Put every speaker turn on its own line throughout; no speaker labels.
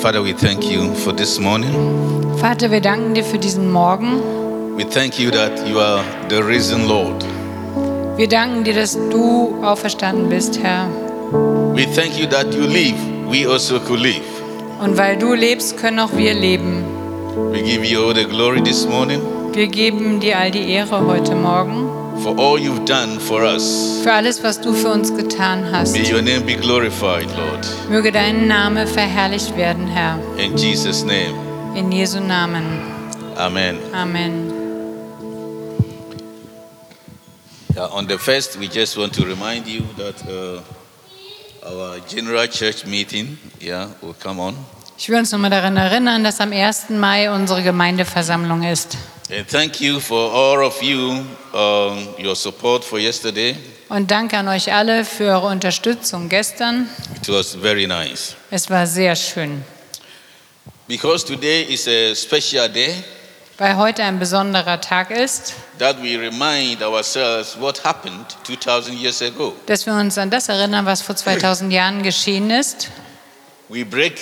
Father, we thank you for this morning.
Vater, wir danken dir für diesen Morgen.
We thank you that you are the risen Lord.
Wir danken dir, dass du auferstanden bist, Herr.
We thank you that you live. We also could live.
Und weil du lebst, können auch wir leben.
We give you all the glory this morning
Wir geben dir all die Ehre heute Morgen
for all you've done for us.
für alles, was du für uns getan hast.
May your name be glorified, Lord.
Möge dein Name verherrlicht werden, Herr.
In Jesus' name.
In Jesu Namen.
Amen.
Amen.
Yeah, on the first, we just want to remind you that uh, our general church meeting, yeah, will come on.
Ich will uns nochmal daran erinnern, dass am 1. Mai unsere Gemeindeversammlung ist.
And thank you for all of you, um, your support for yesterday.
Und danke an euch alle für eure Unterstützung gestern.
It was very nice.
Es war sehr schön.
Because today is a special day
Weil heute ein besonderer Tag ist,
that we remind ourselves what happened 2,000 years ago.
dass wir uns an das erinnern, was vor 2000 Jahren geschehen ist,
We break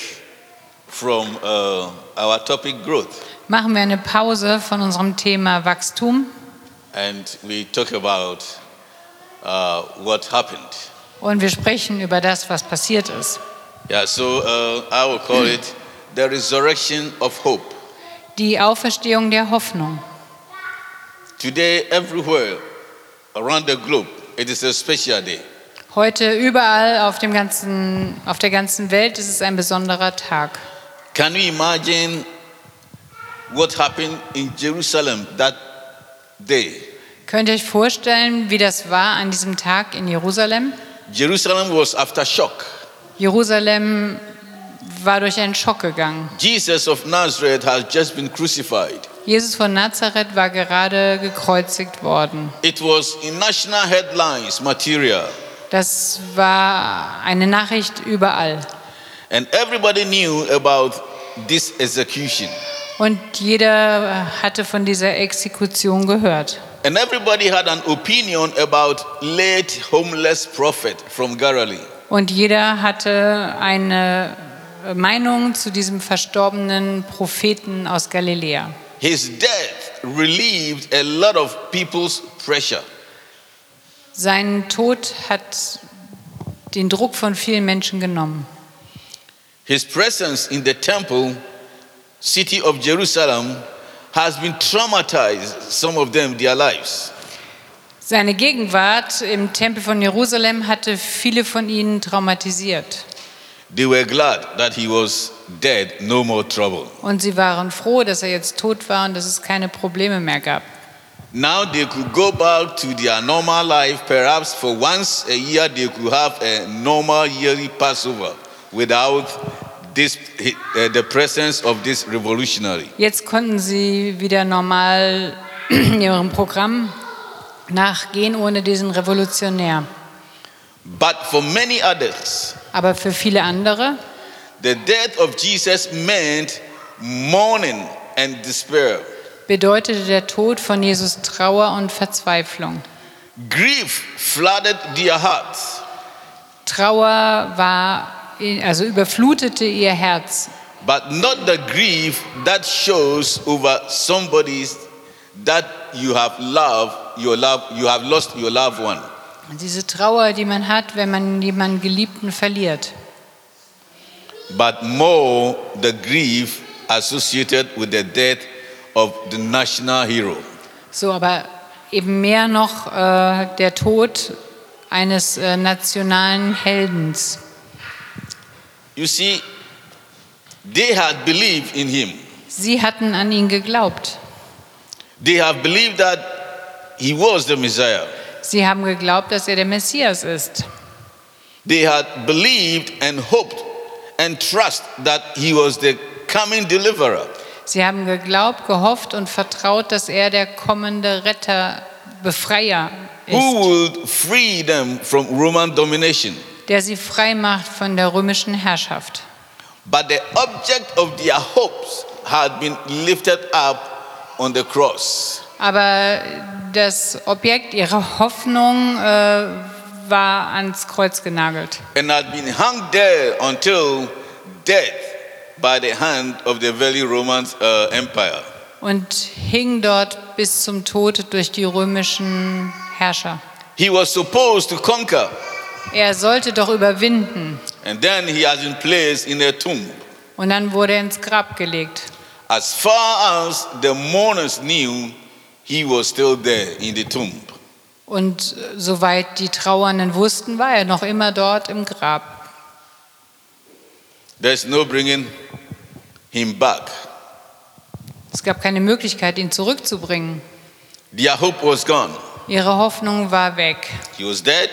from uh, our topic growth
machen wir eine Pause von unserem Thema Wachstum
and we talk about uh, what happened.
und wir sprechen über das, was passiert ist.
Yeah, so uh, I will call it the resurrection of hope.
Die Auferstehung der Hoffnung.
Today, everywhere around the globe, it is a special day.
Heute überall auf, dem ganzen, auf der ganzen Welt ist es ein besonderer Tag.
Can you imagine what happened in Jerusalem that day?
Könnt ihr euch vorstellen, wie das war an diesem Tag in Jerusalem?
Jerusalem was after shock.
Jerusalem war durch einen Schock gegangen.
Jesus of Nazareth has just been crucified.
Jesus von Nazareth war gerade gekreuzigt worden.
It was in national headlines material,
Das war eine Nachricht überall.
and everybody knew about this execution.
Und jeder äh, hatte von dieser Exekution gehört.
And everybody had an opinion about late homeless prophet from Galilee.
Und jeder hatte eine äh, Meinung zu diesem verstorbenen Propheten aus Galiläa.
His death relieved a lot of people's pressure.
Sein Tod hat den Druck von vielen Menschen genommen.
His presence in the temple city of Jerusalem has been traumatized some of them their lives.
Seine Gegenwart im Tempel von Jerusalem hatte viele von ihnen traumatisiert.
They were glad that he was dead, no more trouble.
Und sie waren froh, dass er jetzt tot war und dass es keine Probleme mehr gab.
Now they could go back to their normal life. Perhaps for once a year they could have a normal yearly Passover without this, uh, the presence of this revolutionary.
Jetzt konnten sie wieder normal ihrem Programm nachgehen ohne diesen Revolutionär.
But for many others,
Aber für viele andere
the death of Jesus meant mourning and despair.
bedeutete der Tod von Jesus Trauer und Verzweiflung.
Grief flooded their hearts.
Trauer war, also überflutete ihr Herz,
But not the grief that shows over somebody's that you have loved, your love, you have lost your loved one.
diese Trauer, die man hat, wenn man jemanden Geliebten verliert,
but more the grief associated with the death of the national hero.
So, aber eben mehr noch äh, der Tod eines äh, nationalen Heldens.
You see, they had believed in him.
Sie hatten an ihn geglaubt.
They have believed that he was the Messiah.
Sie haben geglaubt, dass er der Messias ist.
They had believed and hoped and trust that he was the coming deliverer.
Sie haben geglaubt, gehofft und vertraut, dass er der kommende Retter, Befreier ist,
Who would free them from Roman domination?
der sie frei macht von der römischen Herrschaft.
But the object of their hopes had been lifted up on the cross.
Aber das Objekt ihrer Hoffnung äh, war ans Kreuz genagelt.
and had been hung there until death by the hand of the very Roman uh, Empire.
und hing dort bis zum Tod durch die römischen Herrscher.
He was supposed to conquer,
Er sollte doch überwinden
and then he has been placed in a tomb.
und dann wurde er ins Grab gelegt.
As far as the mourners knew, he was still there in the tomb.
Und äh, soweit die Trauernden wussten, war er noch immer dort im Grab.
There's no bringing him back.
Es gab keine Möglichkeit, ihn zurückzubringen.
Their hope was gone.
Ihre Hoffnung war weg.
He was dead,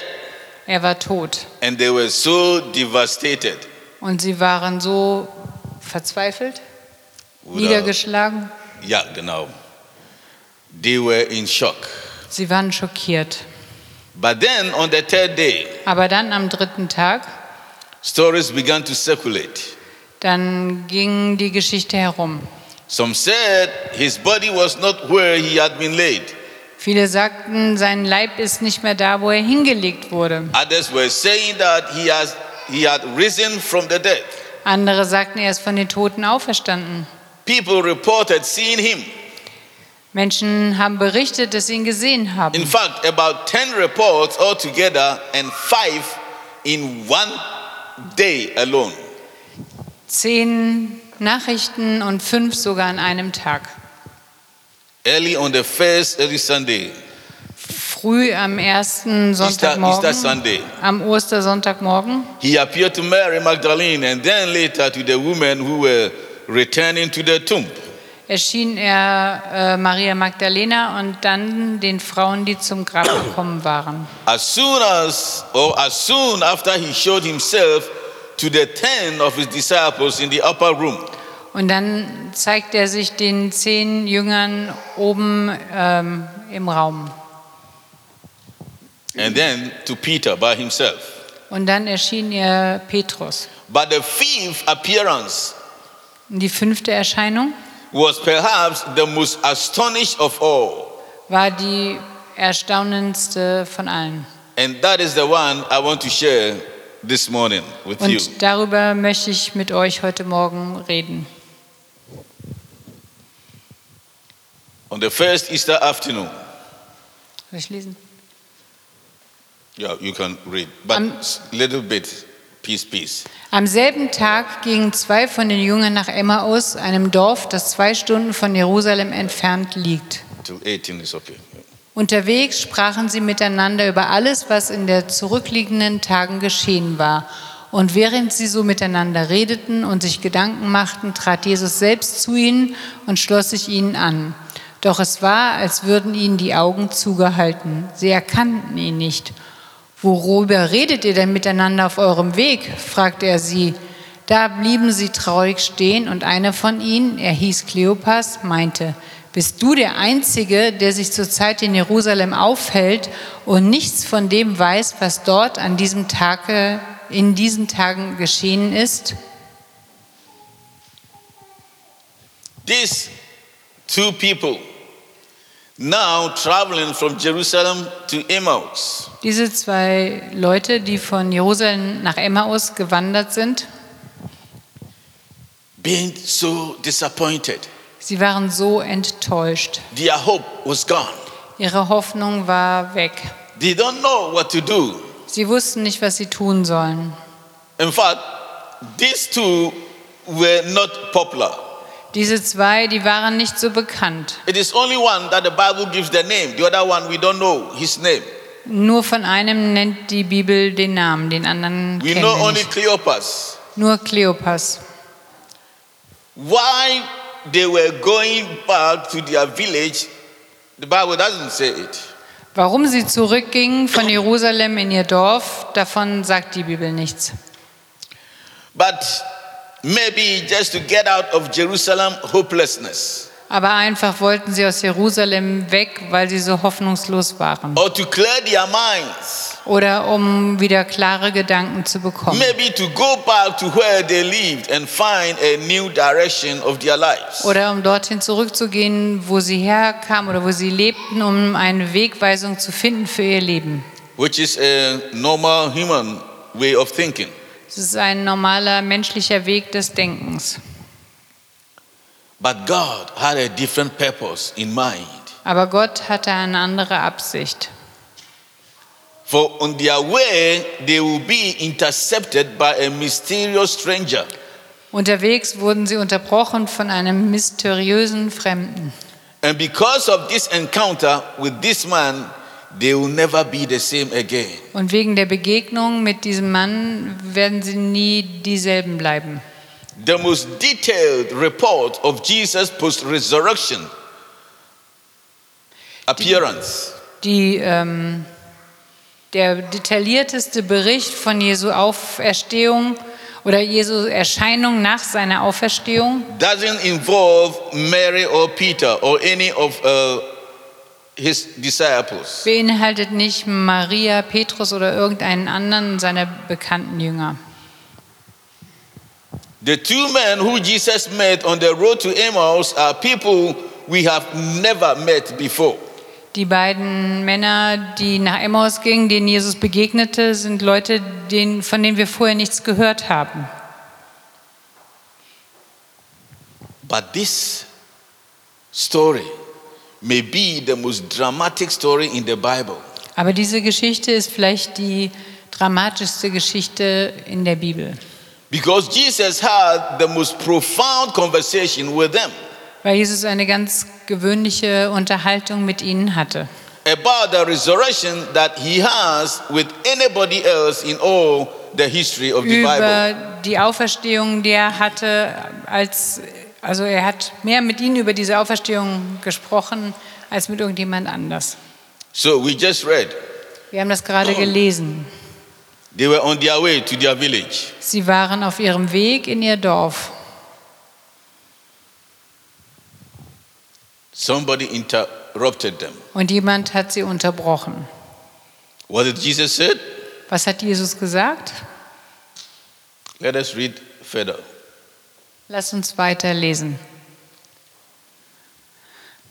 Er war tot.
and they were so devastated.
Und sie waren so verzweifelt,
Without-
niedergeschlagen.
Ja, genau. They were in shock.
Sie waren schockiert.
But then on the third day,
Aber dann am dritten Tag,
stories began to circulate.
dann ging die Geschichte herum.
Some said his body was not where he had been laid.
Viele sagten, sein Leib ist nicht mehr da, wo er hingelegt wurde.
Others were saying that he, has, he had risen from the dead.
Andere sagten, er ist von den Toten auferstanden.
People reported seeing him.
Menschen haben berichtet, dass sie ihn gesehen
In
haben.
fact, about 10 reports altogether and 5 in one day alone.
Zehn Nachrichten und fünf sogar an einem Tag.
Early on the first, early Sunday,
Früh am ersten
Easter, Easter
Sonntagmorgen,
Sunday,
am Ostersonntagmorgen,
he appeared to Mary Magdalene and then later to the women who were returning to the tomb.
erschien er äh, Maria Magdalena und dann den Frauen, die zum Grab gekommen waren.
As soon as, or as soon after he showed himself to the ten of his disciples in the upper room,
Und dann zeigt er sich den zehn Jüngern oben ähm, im Raum.
and then to Peter by himself.
Und dann erschien ihr Petrus.
But the fifth appearance
Und die fünfte Erscheinung
was perhaps the most astonished of all,
war die erstaunendste von allen.
and that is the one I want to share this morning with you.
Und darüber möchte ich mit euch heute Morgen reden.
On the first Easter afternoon,
Soll ich lesen?
yeah, you can read, but
Um,
s- little bit, piece, piece.
Am selben Tag gingen zwei von den Jüngern nach Emmaus, einem Dorf, das zwei Stunden von Jerusalem entfernt liegt.
Till 18 is okay.
Unterwegs sprachen sie miteinander über alles, was in den zurückliegenden Tagen geschehen war. Und während sie so miteinander redeten und sich Gedanken machten, trat Jesus selbst zu ihnen und schloss sich ihnen an. Doch es war, als würden ihnen die Augen zugehalten. Sie erkannten ihn nicht. Worüber redet ihr denn miteinander auf eurem Weg? fragte er sie. Da blieben sie traurig stehen und einer von ihnen, er hieß Kleopas, meinte, bist du der Einzige, der sich zurzeit in Jerusalem aufhält und nichts von dem weiß, was dort an diesem Tage, in diesen Tagen geschehen ist?
These two people now traveling from Jerusalem to Emmaus
Diese zwei Leute, die von Jerusalem nach Emmaus gewandert sind,
being so disappointed.
sie waren so enttäuscht.
Their hope was gone.
Ihre Hoffnung war weg.
They don't know what to do.
Sie wussten nicht, was sie tun sollen.
In fact, these two were not popular.
Diese zwei, die waren nicht so bekannt.
It is only one that the Bible gives the name. The other one, we don't know his name.
Nur von einem nennt die Bibel den Namen, den anderen
We
kennen
know
wir
only
nicht.
Cleopas.
Nur Kleopas.
Why they were going back to their village, the Bible doesn't say it.
Warum sie zurückgingen von Jerusalem in ihr Dorf, davon sagt die Bibel nichts.
But maybe just to get out of Jerusalem hopelessness
Aber einfach wollten sie aus Jerusalem weg, weil sie so hoffnungslos waren.
or to clear their minds,
Oder um wieder klare Gedanken zu bekommen.
maybe to go back to where they lived and find a new direction of their lives.
Oder um dorthin zurückzugehen, wo sie herkamen oder wo sie lebten, um eine Wegweisung zu finden für ihr Leben.
which is a normal human way of thinking.
Es ist ein normaler menschlicher Weg des Denkens.
But God had a different purpose in mind.
Aber Gott hatte eine andere Absicht.
For on their way, they will be intercepted by a mysterious stranger.
Unterwegs wurden sie unterbrochen von einem mysteriösen Fremden.
And because of this encounter with this man, they will never be the same again.
Und wegen der Begegnung mit diesem Mann werden sie nie dieselben bleiben.
The most detailed report of Jesus' post resurrection appearance
Die, ähm, der detaillierteste Bericht von Jesu Auferstehung oder Jesu Erscheinung nach seiner Auferstehung
doesn't involve Mary or Peter or any of uh, his disciples.
beinhaltet nicht Maria, Petrus oder irgendeinen anderen seiner bekannten Jünger.
The two men who Jesus met on the road to Emmaus are people we have never met before.
Die beiden Männer, die nach Emmaus gingen, denen Jesus begegnete, sind Leute, denen, von denen wir vorher nichts gehört haben.
But this story may be the most dramatic story in the Bible.
Aber diese Geschichte ist vielleicht die dramatischste Geschichte in der Bibel,
Because Jesus had the most profound conversation with them
weil Jesus eine ganz gewöhnliche Unterhaltung mit ihnen hatte
about the resurrection that he has with anybody else in all the history of the Bible.
über die Auferstehung, die er hatte, als also er hat mehr mit ihnen über diese Auferstehung gesprochen als mit irgendjemand anders.
So we just read
Wir haben das gerade gelesen.
they were on their way to their village.
Sie waren auf ihrem Weg in ihr Dorf.
Somebody interrupted them.
Und jemand hat sie unterbrochen.
What did Jesus said?
Was hat Jesus gesagt?
Let us read further.
Lass uns weiterlesen.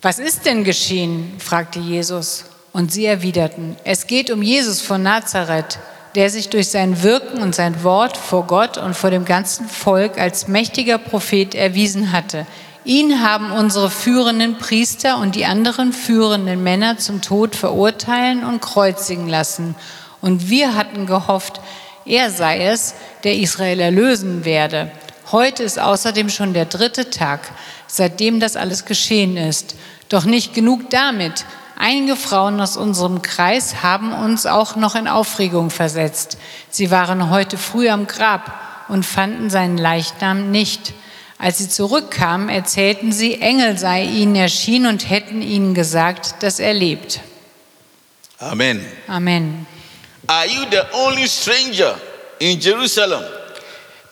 Was ist denn geschehen? fragte Jesus. Und sie erwiderten, es geht um Jesus von Nazareth, der sich durch sein Wirken und sein Wort vor Gott und vor dem ganzen Volk als mächtiger Prophet erwiesen hatte. Ihn haben unsere führenden Priester und die anderen führenden Männer zum Tod verurteilen und kreuzigen lassen. Und wir hatten gehofft, er sei es, der Israel erlösen werde. Heute ist außerdem schon der dritte Tag, seitdem das alles geschehen ist. Doch nicht genug damit. Einige Frauen aus unserem Kreis haben uns auch noch in Aufregung versetzt. Sie waren heute früh am Grab und fanden seinen Leichnam nicht. Als sie zurückkamen, erzählten sie, Engel sei ihnen erschienen und hätten ihnen gesagt, dass er lebt.
Amen.
Amen.
Are you the only stranger in Jerusalem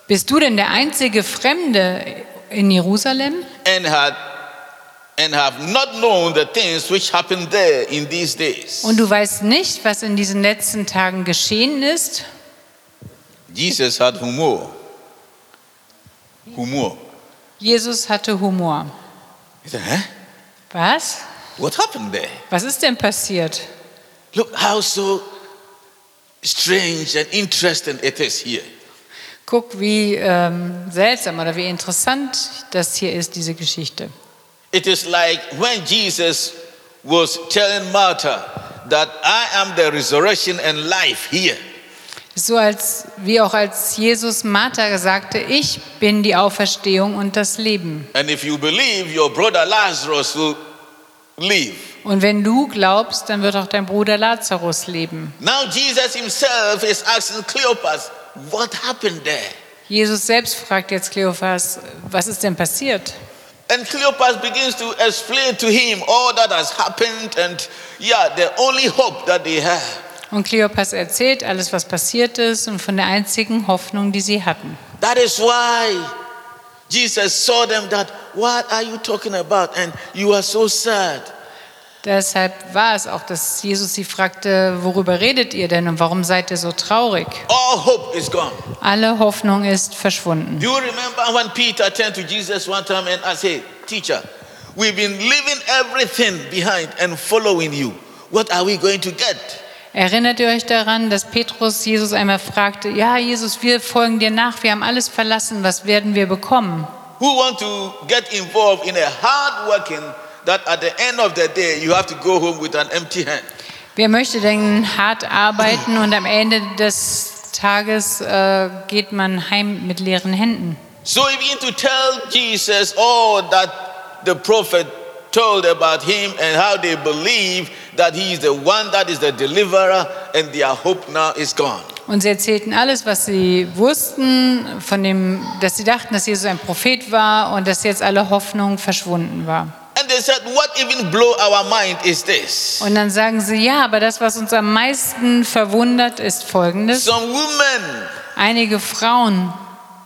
Bist du denn der einzige Fremde in Jerusalem?
and had and have not known the things which happened there in these days?
Und du weißt nicht, was in diesen letzten Tagen geschehen ist?
Jesus had humor. Humor.
Jesus hatte Humor.
He said, huh?
Was?
What happened there?
Was ist denn passiert?
Look how so strange and interesting it is here.
Guck, wie ähm, seltsam oder wie interessant das hier ist, diese Geschichte.
It is like when Jesus was telling Martha that I am the resurrection and life here.
Ist So als, wie auch als Jesus Martha sagte, ich bin die Auferstehung und das Leben.
And if you believe, your brother Lazarus will live.
Und wenn du glaubst, dann wird auch dein Bruder Lazarus leben.
Now Jesus himself is asking Cleopas, what happened there?
Jesus selbst fragt jetzt Kleophas, was ist denn passiert?
And Cleopas begins to explain to him all that has happened and yeah, the only hope that they have.
Und Kleopas erzählt alles, was passiert ist und von der einzigen Hoffnung, die sie hatten.
That is why Jesus saw them that what are you talking about and you are so sad.
Deshalb war es auch, dass Jesus sie fragte, worüber redet ihr denn und warum seid ihr so traurig?
All hope is gone.
Alle Hoffnung ist verschwunden.
Do you remember when Peter turned to Jesus one time and asked, Hey, teacher, we've been leaving everything behind and following you. What are we going to get?
Erinnert ihr euch daran, dass Petrus Jesus einmal fragte, ja Jesus, wir folgen dir nach, wir haben alles verlassen, was werden wir bekommen?
who want to get involved in a hard working that at the end of the day you have to go home with an empty hand.
Wer möchte denn hart arbeiten und am Ende des Tages äh, geht man heim mit leeren Händen?
So he began to tell Jesus all that the prophet told about him and how they believe that he is the one that is the deliverer and their hope now is gone.
Und sie erzählten alles, was sie wussten, von dem, dass sie dachten, dass Jesus ein Prophet war und dass jetzt alle Hoffnung verschwunden war.
And they said, What even blow our mind is this?
Und dann sagen sie, ja, aber das, was uns am meisten verwundert, ist Folgendes.
Some women
Einige Frauen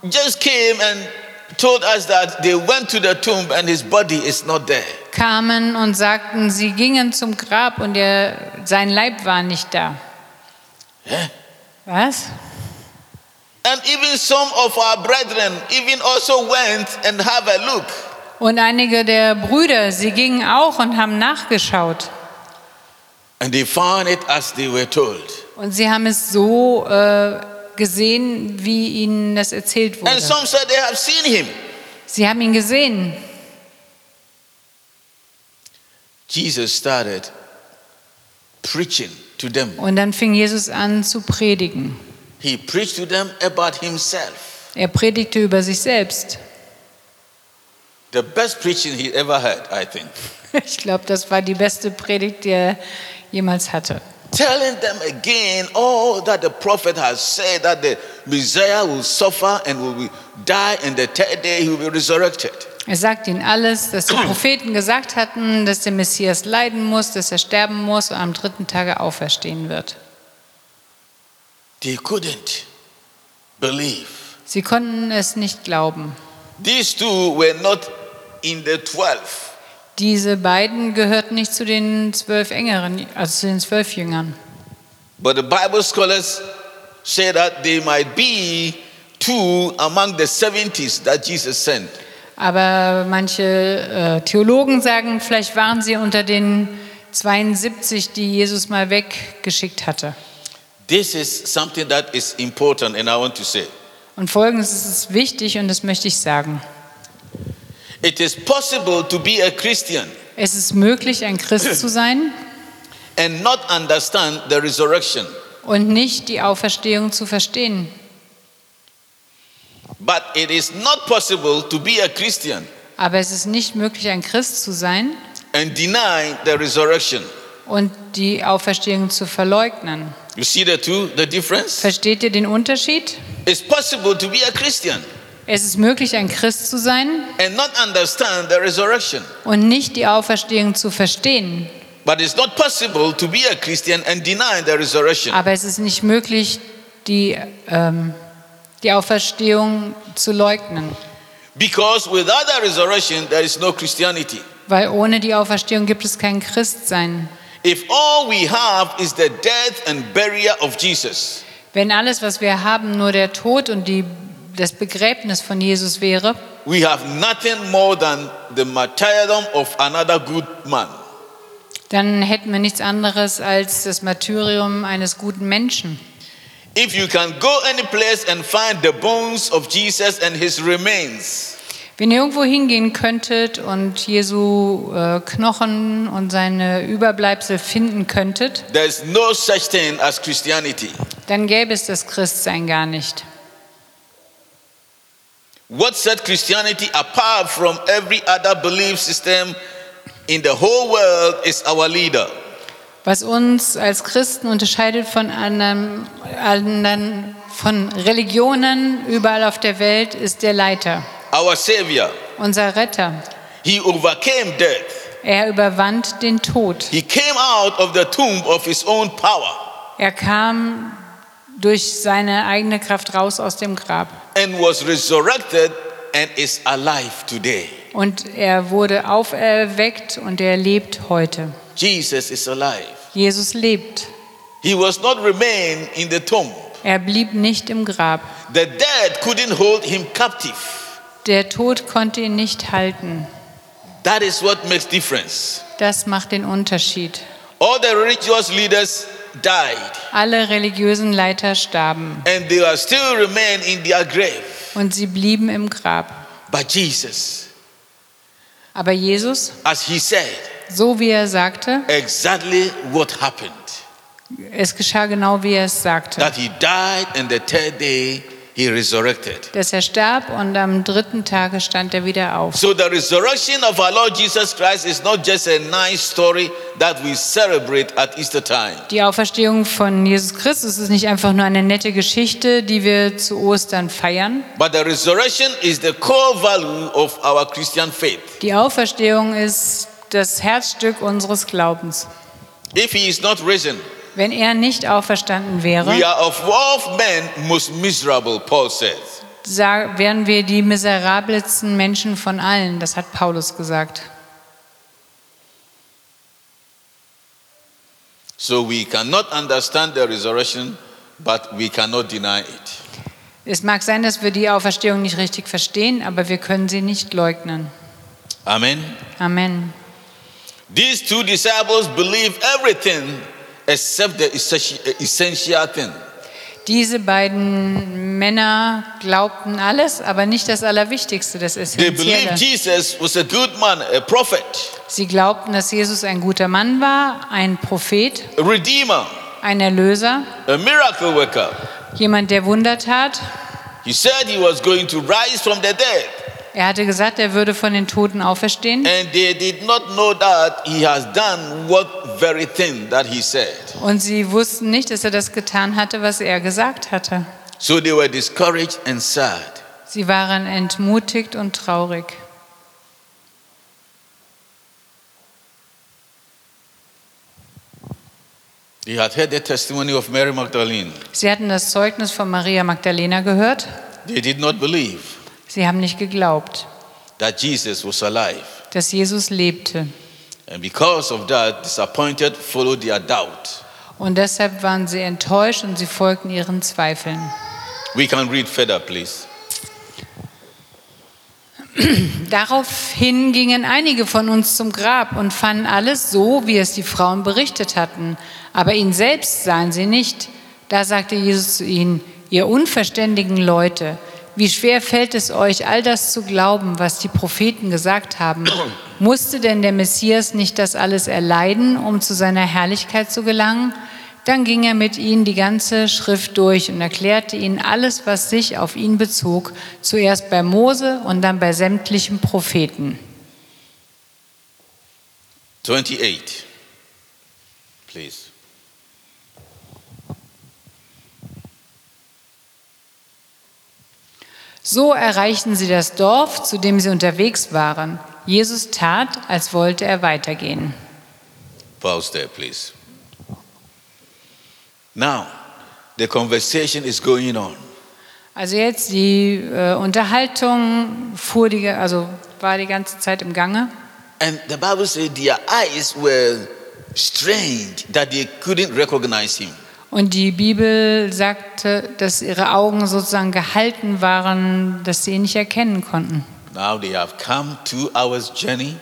just came and told us that they went to the tomb and his body is not there.
kamen und sagten, sie gingen zum Grab und ihr, sein Leib war nicht da. Was?
And even some of our brethren even also went and have a look.
Und einige der Brüder, sie gingen auch und haben nachgeschaut.
And they found it as they were told.
Und sie haben es so äh, gesehen, wie ihnen das erzählt
And
wurde.
some said they have seen him.
Sie haben ihn gesehen.
Jesus started preaching to them.
Und dann fing Jesus an zu predigen.
He preached to them about himself.
Er predigte über sich selbst.
The best preaching he ever heard, I think.
Ich glaube, das war die beste Predigt, die er jemals hatte.
Telling them again all that the prophet has said that the Messiah will suffer and will be- die, and the third day he will be resurrected.
Er sagt ihnen alles, dass die Propheten gesagt hatten, dass der Messias leiden muss, dass er sterben muss und am dritten Tage auferstehen wird.
They couldn't believe.
Sie konnten es nicht glauben.
These two were not in the 12.
Diese beiden gehörten nicht zu den zwölf engeren, also zu den zwölf Jüngern.
But the Bible scholars say that they might be two among the 70s that Jesus sent.
Aber manche äh, Theologen sagen, vielleicht waren sie unter den 72, die Jesus mal weggeschickt hatte.
This is something that is important, and I want to say
Und folgendes ist wichtig und das möchte ich sagen.
it is possible to be a Christian
Es ist möglich, ein Christ zu sein
and not understand the resurrection.
und nicht die Auferstehung zu verstehen.
But it is not possible to be a Christian
Aber es ist nicht möglich, ein Christ zu sein
and deny the resurrection.
und die Auferstehung zu verleugnen.
You see the two, the difference?
Versteht ihr den Unterschied?
It's possible to be a Christian
Es ist möglich, ein Christ zu sein
and not understand the resurrection.
und nicht die Auferstehung zu verstehen.
But it's not possible to be a Christian and deny the resurrection.
Aber es ist nicht möglich, die, ähm, die Auferstehung zu leugnen.
Because without the resurrection, there is no Christianity.
Weil ohne die Auferstehung gibt es kein Christsein.
If all we have is the death and burial of Jesus,
Wenn alles, was wir haben, nur der Tod und die, das Begräbnis von Jesus wäre,
we have nothing more than the martyrdom of another good man.
dann hätten wir nichts anderes als das Martyrium eines guten Menschen.
If you can go any place and find the bones of Jesus and his remains,
Wenn ihr irgendwo hingehen könntet und Jesu äh, Knochen und seine Überbleibsel finden könntet,
there's no such thing as Christianity.
dann gäbe es das Christsein gar nicht.
What set Christianity apart from every other belief system in the whole world is our leader.
Was uns als Christen unterscheidet von anderen, anderen von Religionen überall auf der Welt, ist der Leiter,
our Savior.
unser Retter.
He overcame death.
Er überwand den Tod.
He came out of the tomb of his own power
Er kam durch seine eigene Kraft raus aus dem Grab.
and was resurrected and is alive today.
Und er wurde auferweckt und er lebt heute.
Jesus is alive.
Jesus lebt.
He was not remain in the tomb.
Er blieb nicht im Grab.
The dead couldn't hold him captive.
Der Tod konnte ihn nicht halten.
That is what makes difference.
Das macht den Unterschied.
All the religious leaders died
Alle religiösen Leiter starben
and they are still remain in their grave.
und sie blieben im Grab.
But Jesus,
Aber Jesus,
as he said,
so wie er sagte,
exactly what happened
es geschah genau wie er es sagte,
that he died and the third day he resurrected.
dass er starb und am dritten Tage stand er wieder auf.
So the resurrection of our Lord Jesus Christ is not just a nice story that we celebrate at Easter time.
Die Auferstehung von Jesus Christus ist nicht einfach nur eine nette Geschichte, die wir zu Ostern feiern.
But the resurrection is the core value of our Christian faith.
Die Auferstehung ist das Herzstück unseres Glaubens.
If he is not risen,
Wenn er nicht auferstanden wäre,
we are of all men most miserable, Paul says.
sa- wären wir die miserabelsten Menschen von allen. Das hat Paulus gesagt.
So we cannot understand the resurrection, but we cannot deny it.
Es mag sein, dass wir die Auferstehung nicht richtig verstehen, aber wir können sie nicht leugnen.
Amen.
Amen.
These two disciples believe everything except the essentia- essential thing.
Diese beiden Männer glaubten alles, aber nicht das Allerwichtigste, das
They believed
Essentielle.
Jesus was a good man, a prophet,
Sie glaubten, dass Jesus ein guter Mann war, ein Prophet,
a redeemer,
ein Erlöser,
a miracle worker.
jemand, der Wunder tat.
He said he was going to rise from the dead,
Er hatte gesagt, er würde von den Toten auferstehen.
and they did not know that he has done what very thing that he said.
Und sie wussten nicht, dass er das getan hatte, was er gesagt hatte.
So they were discouraged and sad.
Sie waren entmutigt und traurig.
They had heard the testimony of Mary Magdalene.
Sie hatten das Zeugnis von Maria Magdalena gehört.
They did not believe
Sie haben nicht geglaubt,
that Jesus was alive.
dass Jesus lebte.
And because of that, disappointed followed their doubt.
Und deshalb waren sie enttäuscht und sie folgten ihren Zweifeln.
We can read further, please.
Daraufhin gingen einige von uns zum Grab und fanden alles so, wie es die Frauen berichtet hatten. Aber ihn selbst sahen sie nicht. Da sagte Jesus zu ihnen, ihr unverständigen Leute, wie schwer fällt es euch, all das zu glauben, was die Propheten gesagt haben? Musste denn der Messias nicht das alles erleiden, um zu seiner Herrlichkeit zu gelangen? Dann ging er mit ihnen die ganze Schrift durch und erklärte ihnen alles, was sich auf ihn bezog, zuerst bei Mose und dann bei sämtlichen Propheten.
28. Please.
So erreichten sie das Dorf, zu dem sie unterwegs waren. Jesus tat, als wollte er weitergehen.
Pause there, please. Now, the conversation is going on.
Also jetzt die äh, Unterhaltung fuhr die, also war die ganze Zeit im Gange.
And the Bible says their eyes were strange that they couldn't recognize him.
Und die Bibel sagte, dass ihre Augen sozusagen gehalten waren, dass sie ihn nicht erkennen konnten.
Now they have come two hours' journey.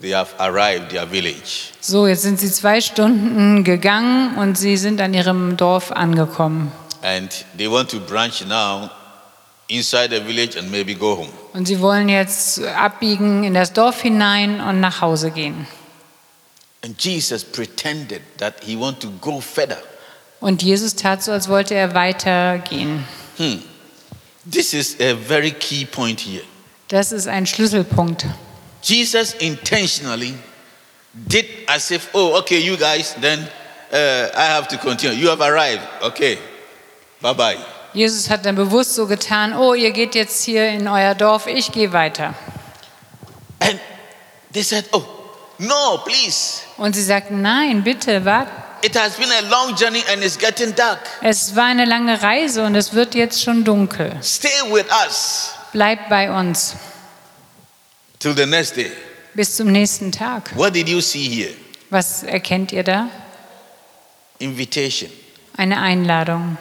They have arrived their village.
So, jetzt sind sie zwei Stunden gegangen und sie sind an ihrem Dorf angekommen.
And they want to branch now inside the village and maybe go home.
Und sie wollen jetzt abbiegen in das Dorf hinein und nach Hause gehen.
And Jesus pretended that he want to go further.
Und Jesus tat so, als wollte er weitergehen.
Hmm. This is a very key point here.
Das ist ein Schlüsselpunkt.
Jesus intentionally did as if, oh, okay, you guys, then uh, I have to continue. You have arrived. Okay. Bye bye.
Jesus hat dann bewusst so getan, oh, ihr geht jetzt hier in euer Dorf, ich gehe weiter.
And they said, oh, no, please.
Und sie sagten, nein, bitte, wart.
It has been a long journey and it's getting dark.
Es war eine lange Reise und es wird jetzt schon dunkel.
Stay with us
Bleibt bei uns
till the next day.
bis zum nächsten Tag.
What did you see here?
Was erkennt ihr da?
Invitation.
Eine Einladung.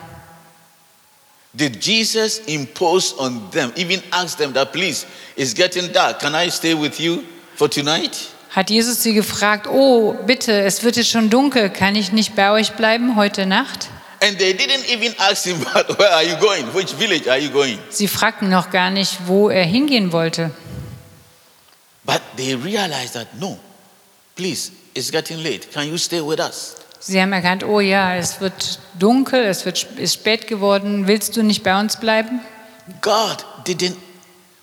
Did Jesus impose on them, even ask them that, please, it's getting dark. Can I stay with you for tonight?
Hat Jesus sie gefragt, oh, bitte, es wird jetzt schon dunkel, kann ich nicht bei euch bleiben heute Nacht?
And they didn't even ask him, "But where are you going? Which village are you going?
Sie fragten noch gar nicht, wo er hingehen wollte.
But they realized that, no, please, it's getting late. Can you stay with us?
Sie haben erkannt, oh ja, es wird dunkel, es wird, sp- ist spät geworden, willst du nicht bei uns bleiben?
God didn't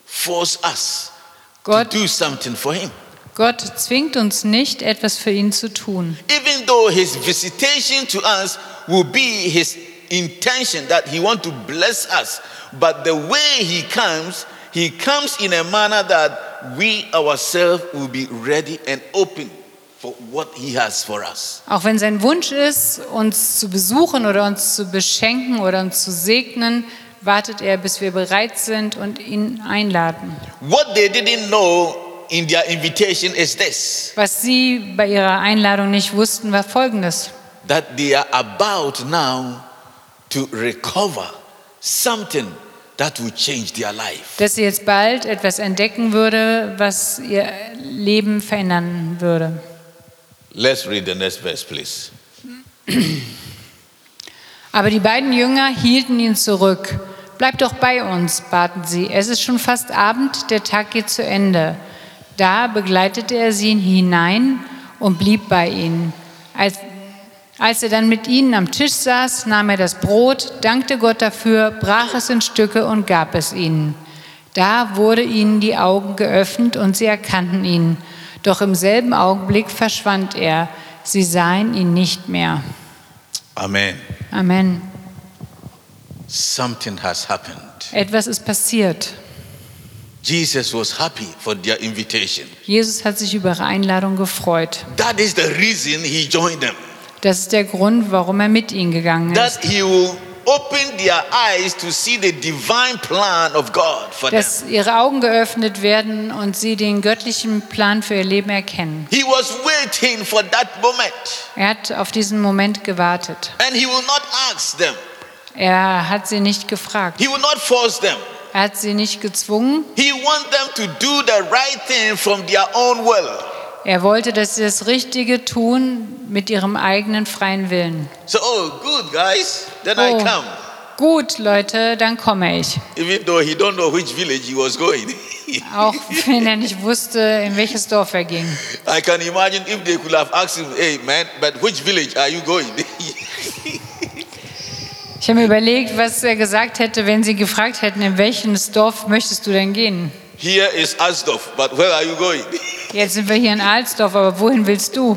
force us
Gott,
to do something for him.
Gott zwingt uns nicht, etwas für ihn zu tun.
Even though his visitation to us will be his intention that he wants to bless us, but the way he comes, he comes in a manner that we ourselves will be ready and open for what he has for us.
Auch wenn sein Wunsch ist, uns zu besuchen oder uns zu beschenken oder uns zu segnen, wartet er, bis wir bereit sind und ihn einladen.
What they didn't know in their invitation is this
Was sie bei ihrer Einladung nicht wussten, war Folgendes.
that they are about now to recover something that will change their life.
Dass sie jetzt bald etwas entdecken würde, was ihr Leben verändern würde.
Let's read the next verse, please.
Aber die beiden Jünger hielten ihn zurück. Bleib doch bei uns, baten sie. Es ist schon fast Abend, der Tag geht zu Ende. Da begleitete er sie hinein und blieb bei ihnen. Als, als er dann mit ihnen am Tisch saß, nahm er das Brot, dankte Gott dafür, brach es in Stücke und gab es ihnen. Da wurde ihnen die Augen geöffnet und sie erkannten ihn. Doch im selben Augenblick verschwand er. Sie sahen ihn nicht mehr.
Amen.
Amen.
Something has happened.
Etwas ist passiert.
Jesus was happy for their invitation.
Jesus hat sich über ihre Einladung gefreut.
That is the reason he joined them.
Das ist der Grund, warum er mit ihnen gegangen ist.
That he will open their eyes to see the divine plan of God for them.
Dass ihre Augen geöffnet werden und sie den göttlichen Plan für ihr Leben erkennen.
He was waiting for that moment.
Er hat auf diesen Moment gewartet.
And he will not ask them.
Er hat sie nicht gefragt.
He will not force them.
Er hat sie nicht gezwungen.
He wants them to do the right thing from their own will.
Er wollte, dass sie das Richtige tun mit ihrem eigenen freien Willen.
So, oh, good guys, then I
Oh,
come.
gut, Leute, dann komme ich.
Even though he don't know which village he was going.
Auch wenn er nicht wusste, in welches Dorf er ging.
I can imagine if they could have asked him, hey man, but which village are you going?
Ich habe mir überlegt, was er gesagt hätte, wenn sie gefragt hätten, in welches Dorf möchtest du denn gehen?
Here is Asdorf, but where are you going?
Jetzt sind wir hier in Alsdorf, aber wohin willst du?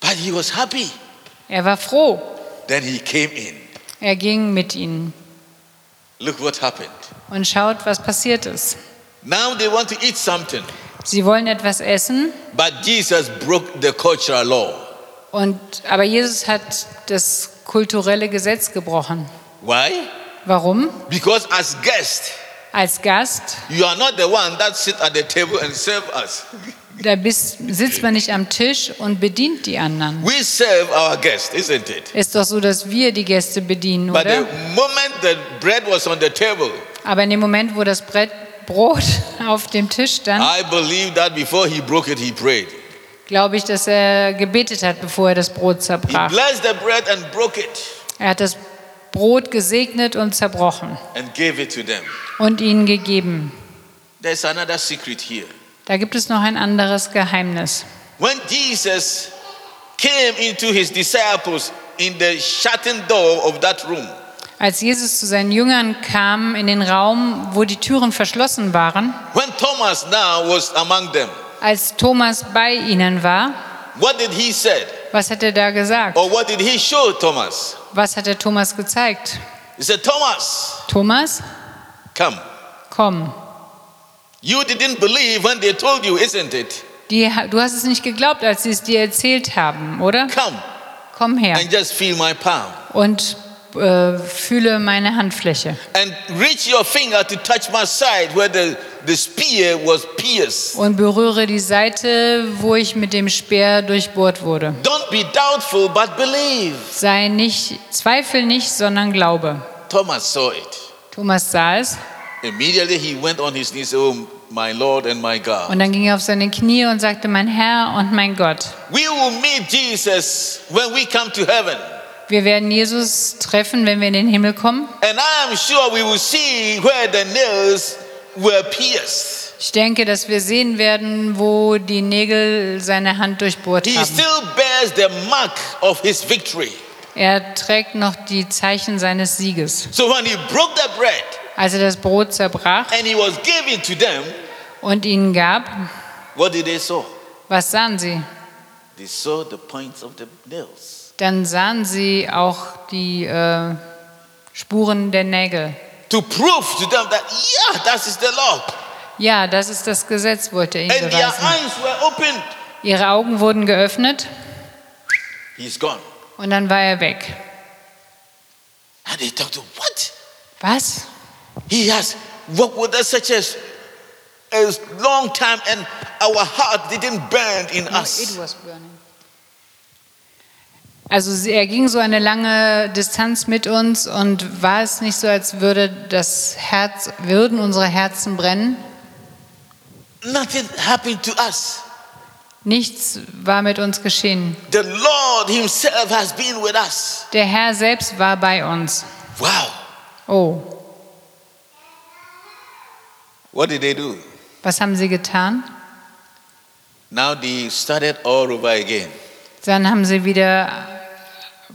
but he was happy.
Er war froh.
Then he came in.
Er ging mit ihnen
Look what happened.
und schaut, was passiert ist.
Now they want to eat something,
Sie wollen etwas essen,
but Jesus broke the cultural law.
und, aber Jesus hat das kulturelle Gesetz gebrochen.
Why?
Warum?
Because as guest,
Als Gast,
you are not the one that sit at the table and serve us.
da bist, sitzt man nicht am Tisch und bedient die anderen.
We serve our guest, isn't it?
Ist doch so, dass wir die Gäste bedienen,
But the
oder?
moment the bread was on the table,
Aber in dem Moment, wo das Brett Brot auf dem Tisch stand,
I believe that before he broke it, he prayed.
glaube ich, dass er gebetet hat, bevor er das Brot
He
zerbrach.
blessed the bread and broke it
Er hat das Brot gesegnet und zerbrochen
and gave it to them.
und ihnen gegeben.
There's another secret here.
Da gibt es noch ein anderes Geheimnis.
When Jesus came into his disciples in the shutting door of that room,
Als Jesus zu seinen Jüngern kam in den Raum, wo die Türen verschlossen waren,
when Thomas now was among them,
als Thomas bei ihnen war,
what did he say?
was hat er da gesagt?
Or what did he show Thomas?
Was hat er Thomas gezeigt?
He said, Thomas,
Thomas,
come.
komm.
You didn't believe when they told you, isn't it?
Die, du hast es nicht geglaubt, als sie es dir erzählt haben, oder?
Come
Komm her
and just feel my palm
und äh, fühle meine Handfläche.
and reach your finger to touch my side where the, the spear was pierced.
und berühre die Seite, wo ich mit dem Speer durchbohrt wurde.
Don't be doubtful, but believe.
Sei nicht, zweifel nicht, sondern glaube.
Thomas saw it.
Thomas sah es
Immediately he went on his knees, Oh, my Lord and my God.
und dann ging er auf seine Knie und sagte, mein Herr und mein Gott.
We will meet Jesus when we come to heaven.
Wir werden Jesus treffen, wenn wir in den Himmel kommen.
And I am sure we will see where the nails were pierced.
Ich denke, dass wir sehen werden, wo die Nägel seine Hand durchbohrt
He
haben.
still bears the mark of his victory.
Er trägt noch die Zeichen seines Sieges.
So when he broke the bread
Als er das Brot zerbrach
and he was given to them,
und ihnen gab,
what did they saw?
was sahen sie?
They saw the points of the nails.
Dann sahen sie auch die äh, Spuren der Nägel.
To prove to them that, yeah, that is the Lord.
Ja, das ist das Gesetz, wollte er ihnen
And their
beweisen.
eyes were opened.
Ihre Augen wurden geöffnet
He's gone.
und dann war er weg.
And they talked to what?
Was?
He has walked with us such as a long time, and our heart didn't burn in us.
Also sie- er ging so eine lange Distanz mit uns und war es nicht so, als würde das Herz, würden unsere Herzen brennen?
Nothing happened to us.
Nichts war mit uns geschehen.
The Lord Himself has been with us.
Der Herr selbst war bei uns.
Wow.
Oh,
What did they do?
was haben sie getan?
Now they started all over again.
Dann haben sie wieder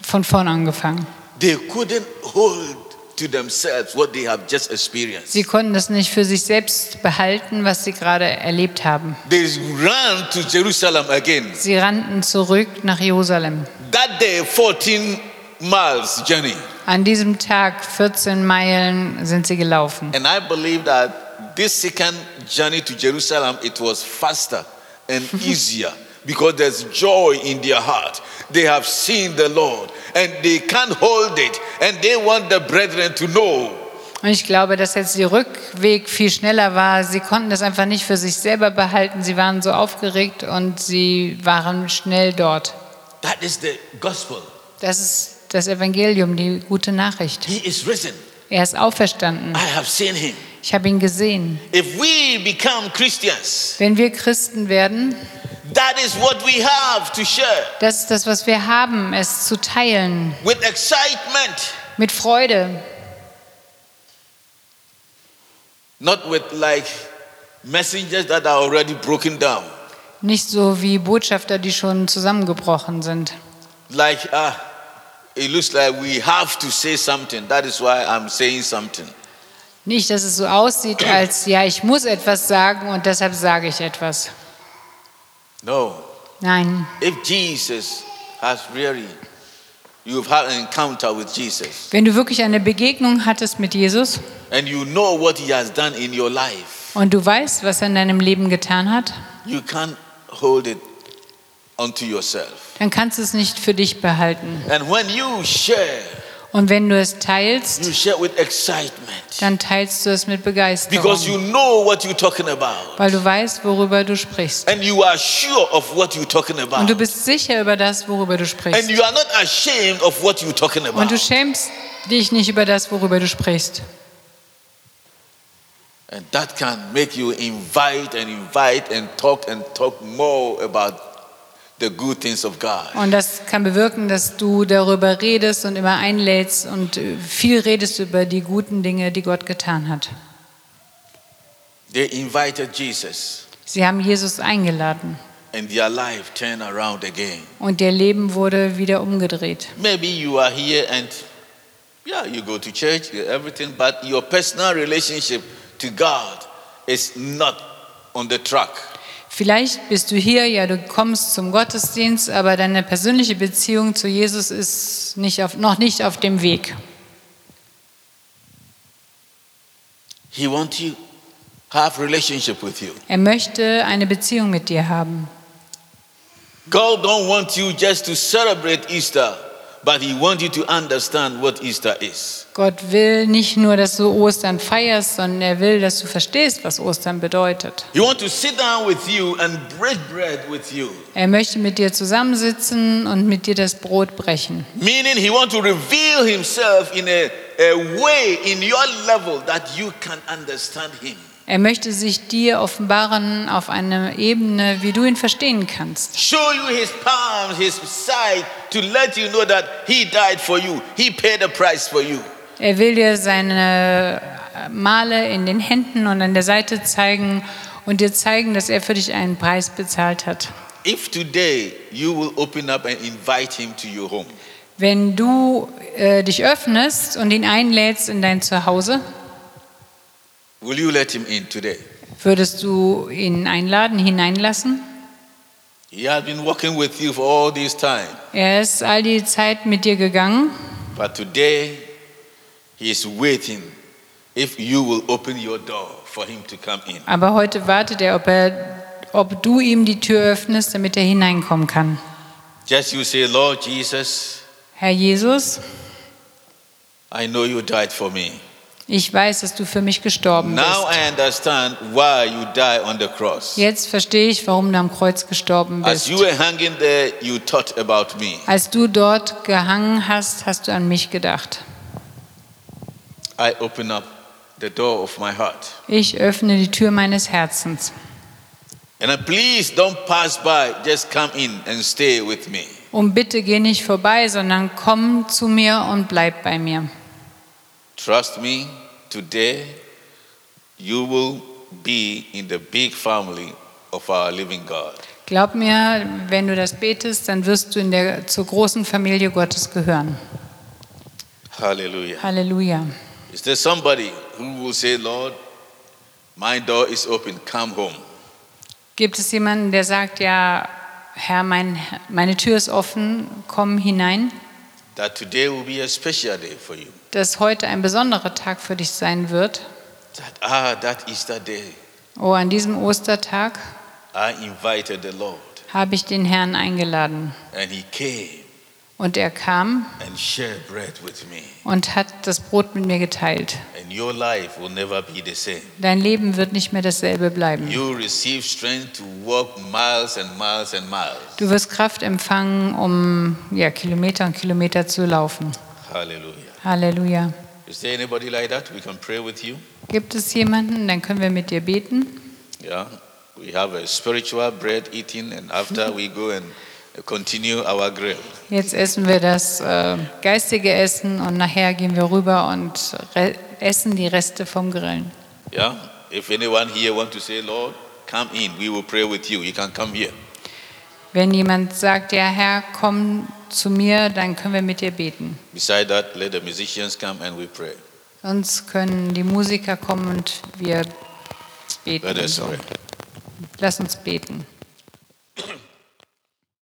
von vorn angefangen.
They couldn't hold to themselves what they have just experienced.
Sie konnten das nicht für sich selbst behalten, was sie gerade erlebt haben.
They ran to Jerusalem again.
Sie rannten zurück nach Jerusalem.
That day, 14 miles journey.
An diesem Tag, 14 Meilen, sind sie gelaufen.
And I believe that this second journey to Jerusalem, it was faster and easier because there's joy in their heart. They have seen the Lord and they can't hold it and they want the brethren to know.
Und ich glaube, dass jetzt der Rückweg viel schneller war. Sie konnten das einfach nicht für sich selber behalten. Sie waren so aufgeregt und sie waren schnell dort.
That is the gospel.
Das ist das Evangelium, die gute Nachricht.
He is risen.
Er ist auferstanden.
I have seen him.
Ich habe ihn gesehen.
If we become Christians,
Wenn wir Christen werden,
that is what we have to share
das ist das, was wir haben, es zu teilen.
with excitement,
Mit Freude.
not with like messengers that are already broken down.
Nicht so wie Botschafter, die schon zusammengebrochen sind.
like uh, it looks like we have to say something that is why i'm saying something
Nicht, dass es so aussieht, als ja, ich muss etwas sagen und deshalb sage ich etwas.
no
Nein,
if jesus has really you've had an encounter with jesus
Wenn du wirklich eine Begegnung hattest mit Jesus
and you know what he has done in your life
und du weißt, was er in deinem Leben getan hat,
you can't hold it unto yourself
dann kannst du es nicht für dich behalten.
and when you share
Und wenn du es teilst,
you share with excitement
dann teilst du es mit
because you
Begeisterung,
know what you're talking about
weil du weißt, worüber du sprichst.
and you are sure of what you're talking
Und
about
du bist sicher über das, worüber du
and
sprichst.
you are not ashamed of what you're talking
Und
about
du schämst dich nicht über das, worüber du sprichst.
And that can make you invite and invite and talk and talk more about the good things of God.
Und das kann bewirken, dass du darüber redest und immer einlädst und äh, viel redest über die guten Dinge, die Gott getan hat.
They invited Jesus
Sie haben Jesus eingeladen.
and their life turned around again.
Und ihr Leben wurde wieder umgedreht.
Maybe you are here and yeah, you go to church, everything, but your personal relationship to God is not on the track.
Vielleicht bist du hier, ja, du kommst zum Gottesdienst, aber deine persönliche Beziehung zu Jesus ist nicht auf, noch nicht auf dem Weg.
He wants you have relationship with you.
Er möchte eine Beziehung mit dir haben.
God don't want you just to celebrate Easter, but he wants you to understand what Easter is.
Gott will nicht nur, dass du Ostern feierst, sondern er will, dass du verstehst, was Ostern bedeutet.
He want to sit down with you and break bread with you.
Er möchte mit dir zusammensitzen und mit dir das Brot brechen.
Meaning he want to reveal himself in a, a way in your level that you can understand him.
Er möchte sich dir offenbaren auf einer Ebene, wie du ihn verstehen kannst.
Show you his palms, his side, to let you know that he died for you. He paid the price for you.
Er will dir seine Male in den Händen und an der Seite zeigen und dir zeigen, dass er für dich einen Preis bezahlt hat.
If today you will open up and invite him to your home,
Wenn du äh, dich öffnest und ihn einlädst in dein Zuhause,
will you let him in today?
würdest du ihn einladen, hineinlassen?
He has been walking with you for all this time,
Er ist all die Zeit mit dir gegangen,
but today he is waiting if you will open your door for him to come in.
aber heute wartet er, ob, er, ob du ihm die Tür öffnest, damit er hineinkommen kann.
Just you say, Lord Jesus,
Herr Jesus,
I know you died for me.
ich weiß, dass du für mich gestorben
Now
bist.
I understand why you die on the cross.
Jetzt verstehe ich, warum du am Kreuz gestorben
As
bist.
you were hanging there, you thought about me.
Als du dort gehangen hast, hast du an mich gedacht.
I open up the door of my heart.
Ich öffne die Tür meines Herzens.
And I, please don't pass by, just come in and stay with me.
Und bitte geh nicht vorbei, sondern komm zu mir und bleib bei mir.
Trust me, today you will be in the big family of our living God.
Glaub mir, wenn du das betest, dann wirst du in der, zur großen Familie Gottes gehören.
Hallelujah.
Halleluja.
Is there somebody who will say, Lord, my door is open, come home?
Gibt es jemanden, der sagt, ja, Herr, mein, meine Tür ist offen, komm hinein?
That today will be a special day for you.
Dass heute ein besonderer Tag für dich sein wird.
That, ah, that Easter day,
Oh, an diesem Ostertag
I invited the Lord.
habe ich den Herrn eingeladen.
And he came
Und er kam
and shared bread with me.
und hat das Brot mit mir geteilt.
And your life will never be the same.
Dein Leben wird nicht mehr dasselbe bleiben.
You receive strength to walk miles and miles and miles.
Du wirst Kraft empfangen, um ja, Kilometer und Kilometer zu laufen.
Hallelujah.
Halleluja.
Is there anybody like that? We can pray with you.
Gibt es jemanden? Dann können wir mit dir beten.
Yeah. We have a spiritual bread eating, and after we go and continue our grill.
Jetzt essen wir das äh, geistige Essen und nachher gehen wir rüber und re essen die Reste vom Grillen.
Yeah. If anyone here want to say, Lord, come in, we will pray with you. You can come here.
Wenn jemand sagt, ja Herr, komm zu mir, dann können wir mit dir beten.
Beside that, let the musicians come and we pray.
Sonst können die Musiker kommen und wir beten.
Let
und
us
so.
pray.
Lass uns beten.